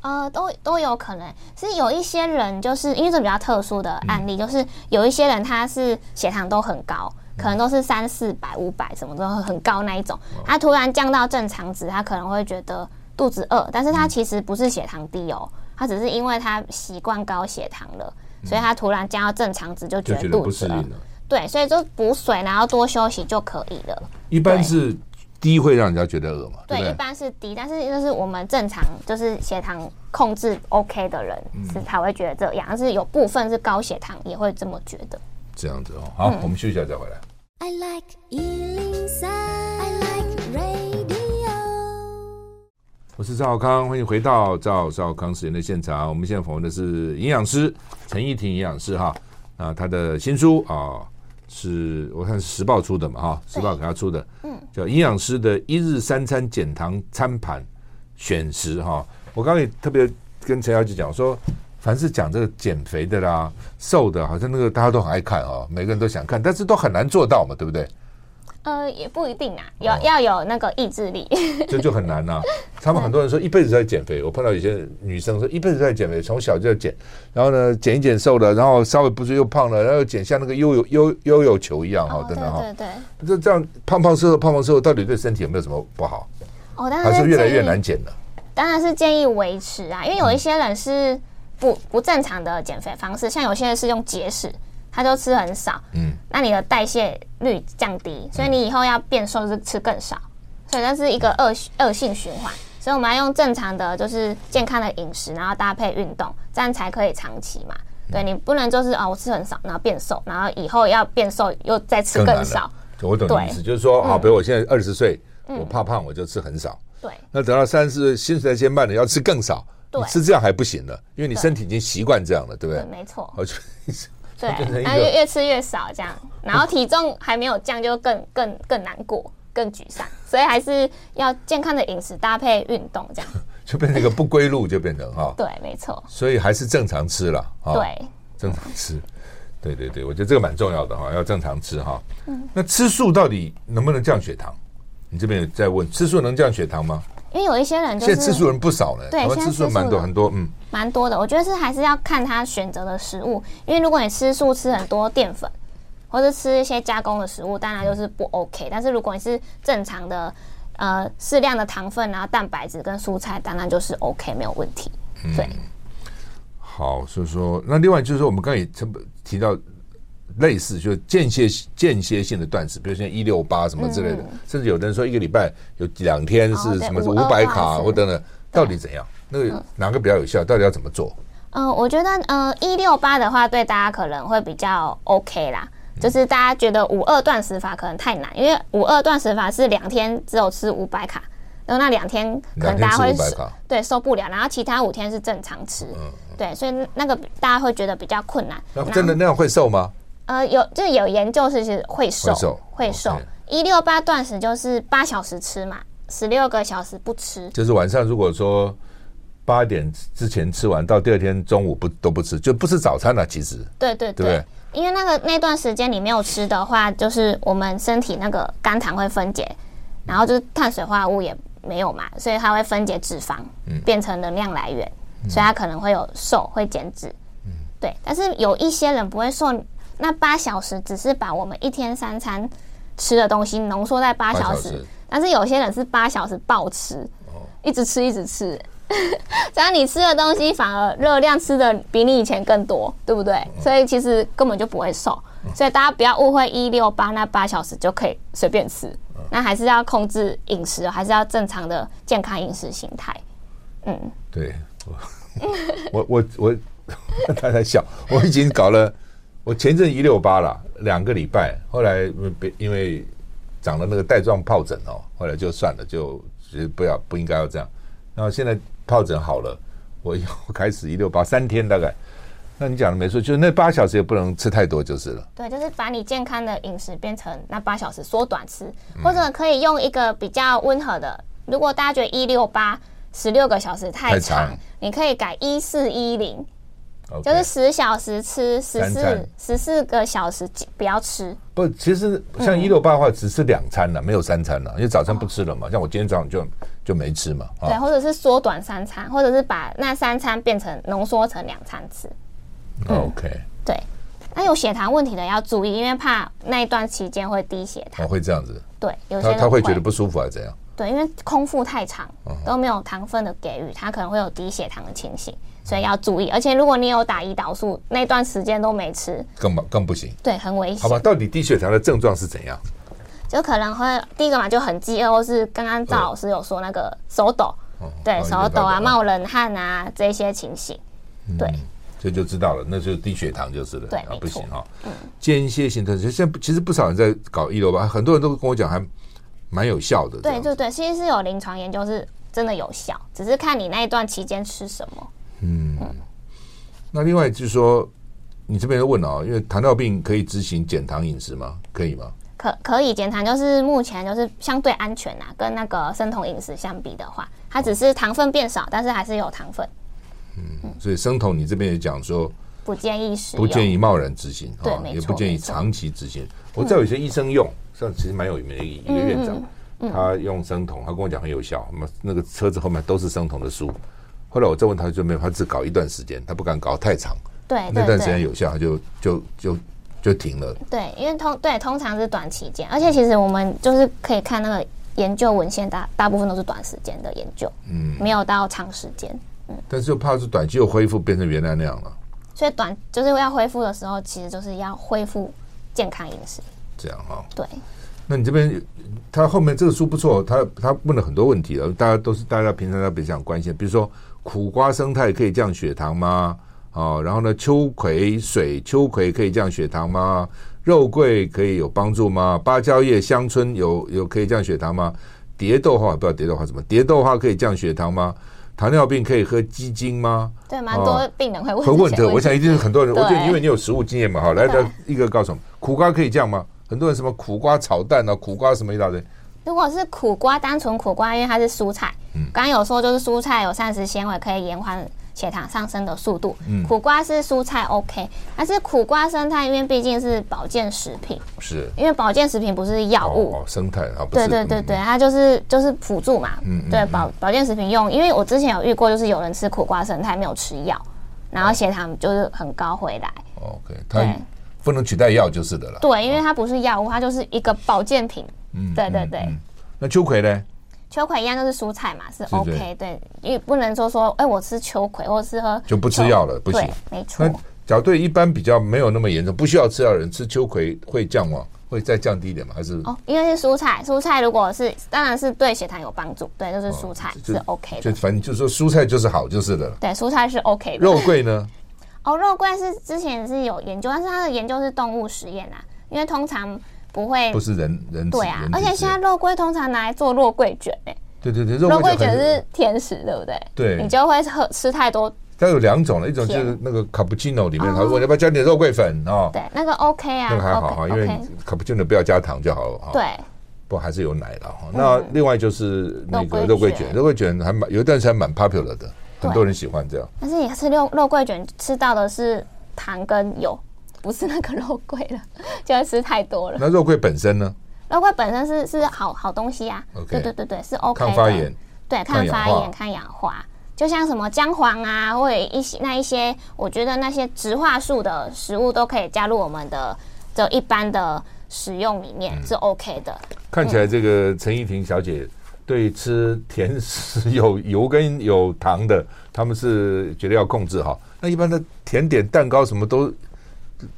呃，都都有可能是有一些人，就是因为这比较特殊的案例，就是有一些人他是血糖都很高，可能都是三四百、五百什么都很高那一种，
哦
他突然降到正常值，他可能会觉得肚子饿，但是他其实不是血糖低哦，他只是因为他习惯高血糖了，所以他突然降到正常值就
嗯就
觉
觉
得
得
肚
不
子啊
适
饿
应。了。
对，所以就补水，然后多休息就可以了。
一般是低会让人家觉得饿嘛，对
对，
不
一
对？
般是低，但是就是我们正常就是血糖控制 OK 的人
嗯
是才会觉得这样，但是有部分是高血糖也会这么觉得。
这样子哦。
嗯
好，我们休息一下再回来。
I like Ealing Sound. I like radio.
我是赵少康，欢迎回到赵少康时间的现场。我们现在访问的是营养师陈义婷营养师哈，啊，他的新书啊是我看是时报出的嘛哈，时报给他出的，嗯，叫《营养师的一日三餐减糖餐盘选食》哈。我刚刚也特别跟陈小姐讲说，凡是讲这个减肥的啦、瘦的，好像那个大家都很爱看哦，每个人都想看，但是都很难做到嘛，对不对？
呃，也不一定啊，有、
哦
要有那个意志力。
这就很难呐、他们很多人说一辈子在减肥，我碰到有些女生说一辈子在减肥，从小就在减，然后呢减一减瘦了，然后稍微不是又胖了，然后又减像那个悠悠悠悠悠球一样哈、
对
哦真的哈、
哦 对对。
就这样胖胖瘦瘦胖胖瘦瘦，到底对身体有没有什么不好？
哦，当然
还是越来越
建议
难减了？
当然是建议维持
嗯
啊，因为有一些人是不不正常的减肥方式，像有些人是用节食，他就吃很少，
嗯
嗯，那你的代谢率降低，所以你以后要变瘦是吃更少，所以那是一个
嗯
恶恶性循环。所以我们要用正常的就是健康的饮食，然后搭配运动，这样才可以长期嘛。
嗯
对你不能就是哦，我吃很少，然后变瘦，然后以后要变瘦又再吃
难
更
了
少，。
我懂你意思，就是
嗯
说，啊好，比如我现在二十岁，我怕胖，我就吃很少。
对
那等到三十岁，新陈代谢慢了，要吃更少。
对
你吃这样还不行了，因为你身体已经习惯这样了，对不
对，
对？
没错。
好，就
对
变成一，
然后
个
越越吃越少这样，然后体重还没有降，就更更更难过，更沮丧，所以还是要健康的饮食搭配运动这样。
就变成一个不归路，就变成哈。
对，没错，
所以还是正常吃了啊，
对，
正常吃，对对对，我觉得这个蛮重要的哈，要正常吃哈。
嗯
那吃素到底能不能降血糖？你这边有在问，吃素能降血糖吗？
因为有一些人就
现在吃
是
素人不少了，
对
台湾
现在
吃素人
吃素
蛮多
了
很多，嗯，
蛮多的，我觉得是还是要看他选择的食物，因为如果你吃素吃很多淀粉，或者吃一些加工的食物，当然就是不 OK。但是如果你是正常的，呃，适量的糖分，然后蛋白质跟蔬菜，当然就是 OK，没有问题。
嗯
对，
好，所以说那另外就是说，我们刚才也提到类似就是间歇间歇性的断食，比如像一六八什么之类的，甚至有的人说一个礼拜有两天
嗯哦
是
对
什么五
528
百卡
是
或等等，到底怎样？那个哪个比较有效？到底要怎么做？
嗯，我觉得呃一六八的话，对大家可能会比较 OK 啦。
嗯
就是大家觉得五二断食法可能太难，因为五二断食法是两天只有吃五百卡，然后那两天可能大家会
两天吃500
受
卡嗯
对受不了，然后其他五天是正常吃，对，所以那个大家会觉得比较困难。
那
然后
真的那样会瘦吗？
呃，有就是有研究是是会瘦
会瘦
会瘦
OK。
一六八断食就是八小时吃嘛，十六个小时不吃。
就是晚上如果说八点之前吃完，到第二天中午不都不吃，就不吃早餐了、其实
对
对
对对，
不对
因为那个那段时间你没有吃的话，就是我们身体那个肝糖会分解，然后就是碳水化合物也没有嘛，所以它会分解脂肪，变成能量来源，所以它可能会有瘦，会减脂。对，但是有一些人不会瘦，那八小时只是把我们一天三餐吃的东西浓缩在八
八
小
小
时哦
时，
但是有些人是八小时暴吃， 一直吃一直吃， 只要你吃的东西反而热量吃的比你以前更多，对不对？所以其实根本就不会瘦，所以大家不要误会一六八那八小时就可以随便吃，那还是要控制饮食，还是要正常的健康饮食形态。
对。我我我我，他在笑，我已经搞了，我前阵一六八了，两个礼拜，后来别因为长了那个带状疱疹哦，后来就算了，就就不要不应该要这样。然后现在疱疹好了，我又开始一六八三天大概。那你讲的没错，就是那八小时也不能吃太多就是了。
对，就是把你健康的饮食变成那八小时缩短吃，或者可以用一个比较温和的。如果大家觉得一六八十六个小时太
太
长，
长
你可以改一四一零，
OK
就是十小时吃十
三
四
餐
十四个小时不要吃。
不，其实
嗯
像一六八的话，只吃两餐了，没有三餐了，因为早餐
哦
不吃了嘛。像我今天早上就就没吃嘛。啊
对，或者是缩短三餐，或者是把那三餐变成浓缩成两餐吃。
哦，OK，
对，那有血糖问题的要注意，因为怕那一段期间会低血
我
糖。
哦会这样子。
对，有些
他
人
他会觉得不舒服还是怎样？
对，因为空腹太长
嗯
都没有糖分的给予，它可能会有低血糖的情形，所以要注意。而且如果你有打胰岛素，那段时间都没吃，
更不更不行，
对，很危
好
险。
吧？到底低血糖的症状是怎样？
就可能会第一个嘛就很饥饿，或是刚刚赵老师有说那个手抖，对
哦
手抖啊、
明白
冒冷汗啊这些情形，对。
嗯这就知道了，那就是低血糖就是了。
对
啊
没，
不行
错嗯
哈、间歇性的，就现在不其实不少人在搞一六八，很多人都跟我讲还蛮有效的。这
对，
样
就对，其实是有临床研究是真的有效，只是看你那一段期间吃什么。
那另外就是说，你这边问了、哦，因为糖尿病可以执行减糖饮食吗？可以吗？
可可以减糖，就是目前就是相对安全啊，跟那个生酮饮食相比的话，它只是糖分变少，但是还是有糖分，嗯
所以生酮你这边也讲说
不建议食用。
不建议贸然执行，
对
哦
没
也
错
不建议
没错嗯
长期执行。我知道有些医生用，像其实蛮有名的一个院
嗯
长，他用生酮，他跟我讲很有效，那么那个车子后面都是生酮的书。后来我再问他，就没有，他只搞一段时间，他不敢搞太长，
对
那
对
段时间
对
有效，他就就就就停了。
对，因为通对通常是短期间，而且其实我们就是可以看那个研究文献大，大部分都是短时间的研究，嗯，没有到长时间，
但是又怕是短期又恢复变成原来那样了，
所以短就是要恢复的时候，其实就是要恢复健康饮食。
这样哈、哦。
对，
那你这边他后面这个书不错，他他问了很多问题啊，大家都是大家平常都比较想关心，比如说苦瓜生态可以降血糖吗？哦，然后呢，秋葵水秋葵可以降血糖吗？肉桂可以有帮助吗？芭蕉叶、香椿有有可以降血糖吗？蝶豆花不知道蝶豆花什么，蝶豆花可以降血糖吗？糖尿病可以喝鸡精吗？
对，蛮
哦
多病人会问
会
这些
问
问
这个，我想一定是很多人，我
对
觉得因为你有实物经验嘛，好，来
对
来一个告诉我们，苦瓜可以这样吗？很多人什么苦瓜炒蛋啊，苦瓜什么一大堆，
如果是苦瓜，单纯苦瓜，因为它是蔬菜，
嗯
刚刚有说就是蔬菜有膳食纤维，可以延缓血糖上升的速度。
嗯
苦瓜是蔬菜 OK，但是苦瓜生态因为毕竟是保健食品，
是
因为保健食品不是药物，
哦，生态啊，不
对
是，
对对
嗯
对，它就是就是辅助嘛，对保保健食品用，因为我之前有遇过，就是有人吃苦瓜生态没有吃药，然后血糖就是很高回来，
哦，OK，它
对
不能取代药就是的了。
对，因为它不是药物，它就是一个保健品，
嗯
对对对。
那秋葵呢？
秋葵一样就是蔬菜嘛，是
对
OK 对，因为不能说说，哎、我吃秋葵或者是喝
就不吃
秋
药了不行
对，没错
那，小对一般比较没有那么严重，不需要吃药的人吃秋葵会降吗？会再降低一点吗？还是
哦，因为是蔬菜，蔬菜如果是当然是对血糖有帮助，对，就是蔬菜、
哦就是
OK
就
的，
反正就是说蔬菜就是好就是的了。
对，蔬菜是 OK 的。
肉桂呢？
哦，肉桂是之前是有研究，但是它的研究是动物实验啊，因为通常不会
不是人人
对啊
人，体
而且
之
现在肉桂通常拿来做肉桂卷、欸，
对对对，
肉
肉
桂
桂
卷
很
是甜食，对不对？
对
你就会喝吃太多
它有两种了，一种就是那个卡布奇诺里面，他问要不要加点肉桂粉哦，
哦对，那个 OK 啊，
那个还好哈，因
OK，
为
OK，
卡布奇诺不要加糖就好了哈。
对，
不过还是有奶了哈。那另外就是那个肉桂卷，
嗯肉桂卷
肉桂卷还蛮有一段时间还蛮 popular 的，很多人喜欢这样。
但是你吃肉肉桂卷吃到的是糖跟油，不是那个肉桂了， 就会吃太多了。
那肉桂本身呢，
肉桂本身是是好好东西啊
OK
对对对对，是 OK 的。
抗发炎，
对，
抗
抗
氧
发
化
炎、抗氧化，就像什么姜黄啊，或者一些那一些，我觉得那些植化素的食物都可以加入我们的这一般的食用里
嗯
面、是 OK 的。
看起来这个陈依婷小姐对吃甜食有油跟有糖的，他们是觉得要控制哈。那一般的甜点、蛋糕什么都，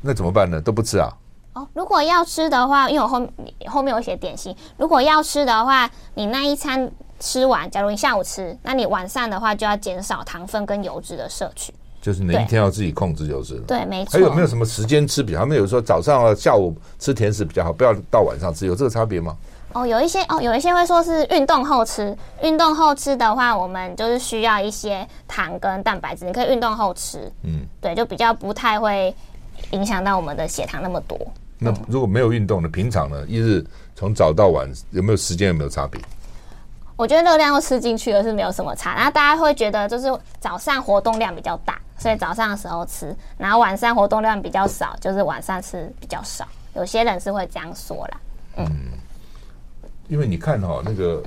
那怎么办呢？都不吃啊？
哦，如果要吃的话，因为我后后面有写点心，如果要吃的话，你那一餐吃完，假如你下午吃，那你晚上的话就要减少糖分跟油脂的摄取。
就是哪一
对
天要自己控制就是了。
对，没错。
还有没有什么时间吃比较好？他们有说早上啊、下午吃甜食比较好，不要到晚上吃，有这个差别吗？
哦，有一些哦，有一些会说是运动后吃。运动后吃的话，我们就是需要一些糖跟蛋白质，你可以运动后吃，
嗯，
对，就比较不太会影响到我们的血糖那么多。
那如果没有运动的，平常呢，一日从早到晚有没有时间有没有差别？
我觉得热量都吃进去了是没有什么差，然后大家会觉得就是早上活动量比较大，所以早上的时候吃，然后晚上活动量比较少，就是晚上吃比较少。有些人是会这样说啦，
因为你看哈、那个、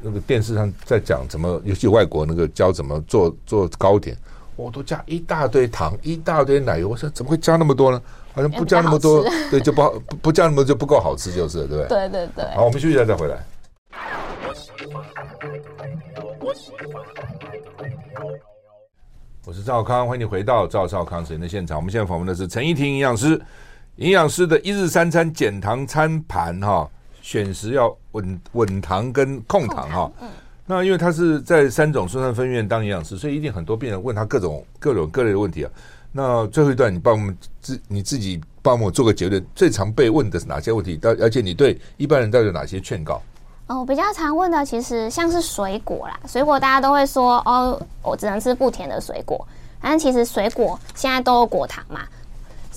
那个电视上在讲怎么，尤其外国那个教怎么做做糕点，我、都加一大堆糖，一大堆奶油，我说怎么会加那么多呢？好像哎不加那么多
比较，
对，就不好不不加那么多就不够好吃，就是了对不对？
对对对。
好，我们休息一下再回来。我是赵康，欢迎你回到赵少康时间的现场。我们现在访问的是陈依婷营养师，营养师的一日三餐减糖餐盘哈、选食要稳稳糖跟控糖哈、那因为他是在三种顺畅分院当营养师，所以一定很多病人问他各种各种各类的问题啊。那最后一段，你帮我们自你自己帮我做个结论，最常被问的是哪些问题？到而且你对一般人到底有哪些劝告？
哦，比较常问的其实像是水果啦，水果大家都会说哦，我只能吃不甜的水果。但其实水果现在都有果糖嘛，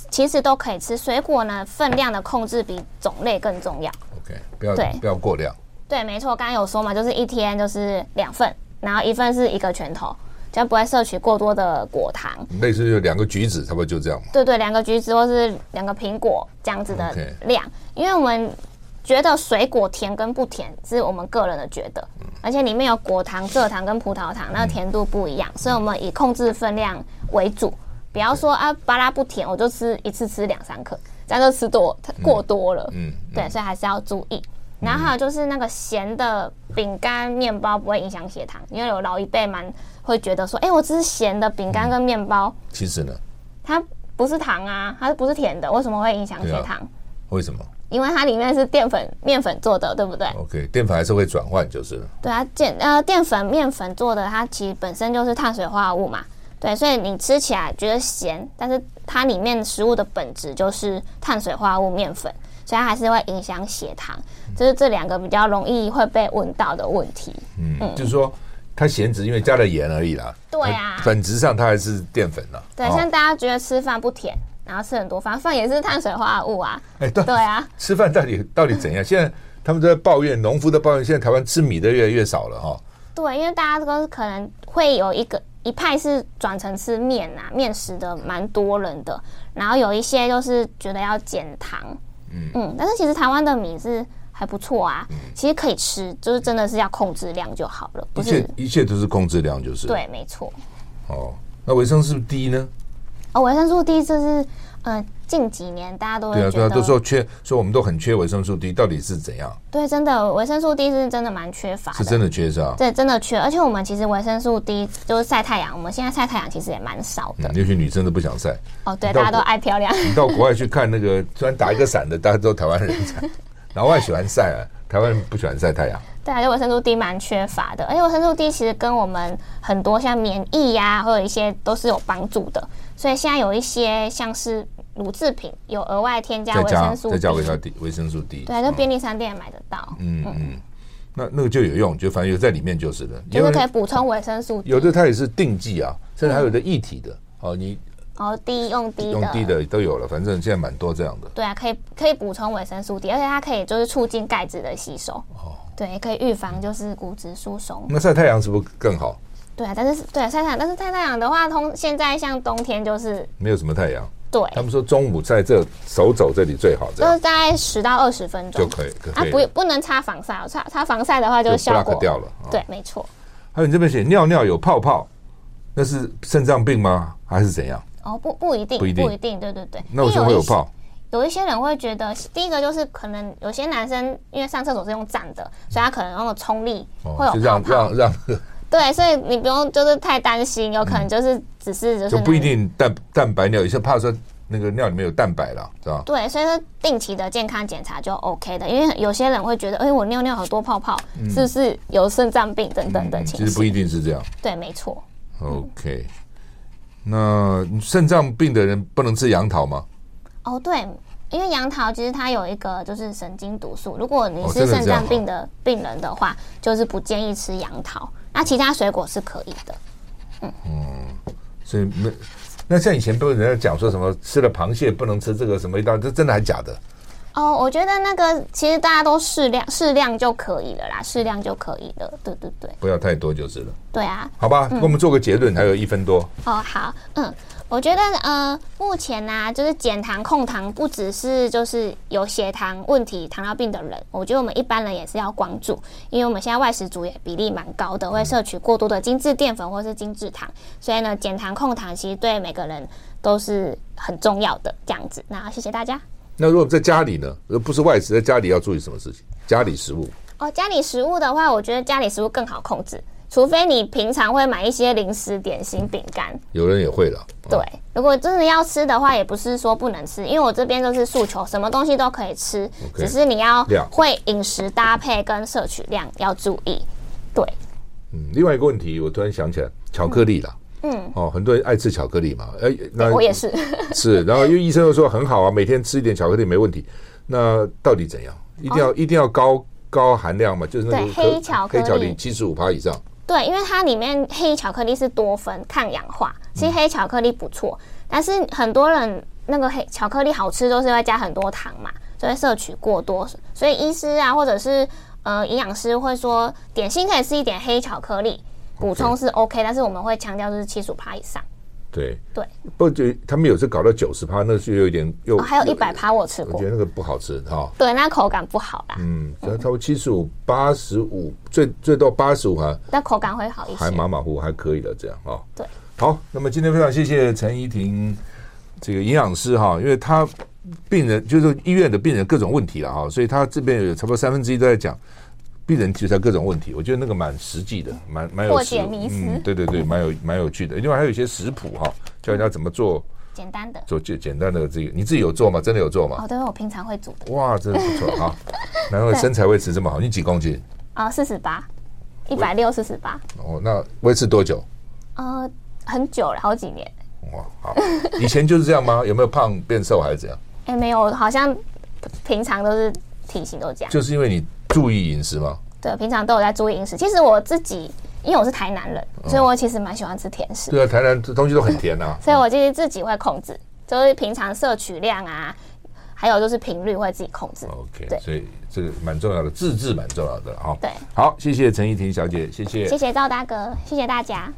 其实都可以吃。水果呢，分量的控制比种类更重要。
OK，不要
对
不要过量。
对，没错，刚刚有说嘛，就是一天就是两份，然后一份是一个拳头，就不会摄取过多的果糖。
类似就两个橘子，差不多就这样嘛。
对对，两个橘子或是两个苹果这样子的
OK
量因为我们觉得水果甜跟不甜是我们个人的觉得，
嗯
而且里面有果糖、蔗糖跟葡萄糖，那个甜度不一样，所以我们以控制分量为主，不要说啊巴拉不甜，我就吃一次吃两三颗，这样就吃多过多了。
嗯，
对，所以还是要注意。然后还有就是那个咸的饼干、面包不会影响血糖，因为有老一辈蛮会觉得说，哎、我吃咸的饼
嗯
干跟面包，
其实呢，
它不是糖啊，它不是甜的，为什么会影响血
对啊
糖？
为什么
因为它里面是淀粉面粉做的，对不对？
？OK，淀粉还是会转换，就是了
对啊，淀呃淀粉面粉做的，它其实本身就是碳水化合物嘛。对，所以你吃起来觉得咸，但是它里面食物的本质就是碳水化合物面粉，所以它还是会影响血糖。这、是这两个比较容易会被问到的问题。
嗯，就是说它咸只是因为加了盐而已啦。
对啊
它本质上它还是淀粉啦。
对，
哦
像大家觉得吃饭不甜，然后吃很多饭，饭也是碳水化合物啊。
哎，对
对啊，
吃饭到底到底怎样？现在他们都在抱怨，农夫在抱怨，现在台湾吃米的越来越少了哈。
对，因为大家都是可能会有一个一派是转成吃面啊，面食的蛮多人的，然后有一些就是觉得要减糖，嗯但是其实台湾的米是还不错啊，
嗯
其实可以吃，就是真的是要控制量就好了，
一
不是
切一切都是控制量，就是
对，没错。
哦。那维生素 D 呢？
哦，维生素 D 就是呃近几年大家都会
对啊，
觉
对
得
啊，都说缺，说我们都很缺维生素 D，到底是怎样？
对真的维生素 D 是真的蛮缺乏
是真的缺是吧？
对，真的缺，而且我们其实维生素 D 就是晒太阳，我们现在晒太阳其实也蛮少的、
嗯，尤其女生都不想晒。
哦。对，
到
大家都
国
爱漂亮。
你到国外去看那 个，虽然打一个伞的，大家都台湾人才，老外喜欢晒啊，台湾人不喜欢晒太阳。
对啊，就维生素 D 蛮缺乏的，而且维生素 D 其实跟我们很多像免疫呀、或者一些都是有帮助的，所以现在有一些像是乳制品有额外添加
再
维
加
生
再
素 D，啊
加维他 D 维生素 D，
对啊，就便利商店也买得到。
嗯嗯。那那个就有用，就反正有在里面就是了。
就是可以
有
补充维生素 D，
有的它也是定剂啊，甚至还有的液体的，哦，你
哦低用低
用滴的都有了，反正现在蛮多这样的。
对啊，可以可以补充维生素 D，而且它可以就是促进钙质的吸收。哦，对，可以预防就是骨质疏松。
那晒太阳是不是更好？
对啊，但是对啊晒太阳，但是晒太阳的话，通现在像冬天就是
没有什么太阳，
对，
他们说中午在这手肘这里最好，这
就
样
是大概十到二十分钟
就可以可
啊
以，
不不能擦防晒哦，擦擦防晒的话就
就
效果
block 掉了哦
对，没错。
还有你这边写尿尿有泡泡，那是肾脏病吗？还是怎样？
哦，不不一定，
不一定
对对对。
那为什么会有泡？
因为有一些？有一些人会觉得，第一个就是可能有些男生因为上厕所是用站的，所以他可能用冲力会
哦
有
就
泡
让
泡。
让让，
对，所以你不用就是太担心，有可能就是只是就是
嗯就
那
不一。定蛋蛋白尿，有些怕说那个尿里面有蛋白了，是吧？
对，所以说定期的健康检查就 OK 的，因为有些人会觉得，哎、我尿尿很多泡泡，是不是有肾脏病等等的
嗯
情
其实不
形？
一定是这样。
对，没错。
OK，那肾脏病的人不能吃杨桃吗？
哦，对，因为杨桃其实它有一个就是神经毒素，如果你
哦
是
真的
肾
这样
脏
哦
病的病人的话，就是不建议吃杨桃。那其他水果是可以的。
所以没。那像以前不是人家讲说什么吃了螃蟹不能吃这个什么一道，这真的还假的？
哦，我觉得那个其实大家都适量，适量就可以了啦，适量就可以了。对对对，
不要太多就是了，
对啊。
好吧？给我们做个结论，还有一分多。
哦，好，嗯，我觉得呃，目前呢、就是减糖控糖，不只是就是有血糖问题、糖尿病的人，我觉得我们一般人也是要关注，因为我们现在外食族也比例蛮高的，会摄取过多的精致淀粉或是精致糖，所以呢，减糖控糖其实对每个人都是很重要的这样子。那谢谢大家。
那如果在家里呢？呃不是外食，在家里要注意什么事情？家里食物
哦，家里食物的话，我觉得家里食物更好控制，除非你平常会买一些零食、点心、饼干，
有人也会了，
对，如果真的要吃的话，也不是说不能吃，因为我这边就是诉求什么东西都可以吃
OK
只是你要
量
会饮食搭配跟摄取量要注意。对，
嗯，另外一个问题，我突然想起来，巧克力啦，嗯，哦，很多人爱吃巧克力嘛，哎，那
我也是。
是，然后因为医生又说很好啊，每天吃一点巧克力没问题，那到底怎样？一定要、一定要高高含量嘛，就是那个
哦对黑巧克力
黑巧克力七十五趴以上，
对，因为它里面黑巧克力是多酚抗氧
嗯
化，其实黑巧克力不错，但是很多人那个黑巧克力好吃都是会加很多糖嘛，就会摄取过多，所以医师啊或者是呃营养师会说点心可以吃一点黑巧克力，补充是 OK，但是我们会强调就是七十五以上。
对
对，
不就他们有时搞到九十趴，那是有点又、
哦，还有一百
又，
趴我吃
我
过
觉，得那个不好吃哈、
对，那口感不好啦，
嗯，只要超过七十五、八十五，最最到八十五啊还
那口感会好一些
还。马马虎虎还可以了，这样啊、哦。
对，
好，那么今天非常谢谢陈怡婷这个营养师哈，因为他病人就是医院的病人各种问题了哈，所以他这边有差不多三分之一都在讲病人其实他各种问题，我觉得那个蛮实际的，蛮蛮有
破解
实嗯
迷思
对对对，蛮有蛮有趣的。另外还有一些食谱哈，教人家怎么做
简单的。
做简简单的这个，你自己有做吗？真的有做吗？
哦，对，我平常会煮的。
哇，真的不错 哈，难怪身材维持这么好。你几公斤？
哦，四十八，一百六四十八，
哦，那维持多久？
呃，很久了，好几年。
哇，好，啊 以前就是这样吗？有没有胖变瘦还是怎样？
哎，没有，好像平常都是体型都这样。
就是因为你注意饮食吗？
对，平常都有在注意饮食。其实我自己，因为我是台南人，所以我其实蛮喜欢吃甜食，
哦对啊，台南这东西都很甜啊。
所以我其实自己会控制，就是平常摄取量啊，还有就是频率会自己控制。
OK，
对
所以这个蛮重要的，自制蛮重要的啊。
对，
好，谢谢陈怡婷小姐，谢谢
谢谢赵大哥，谢谢大家。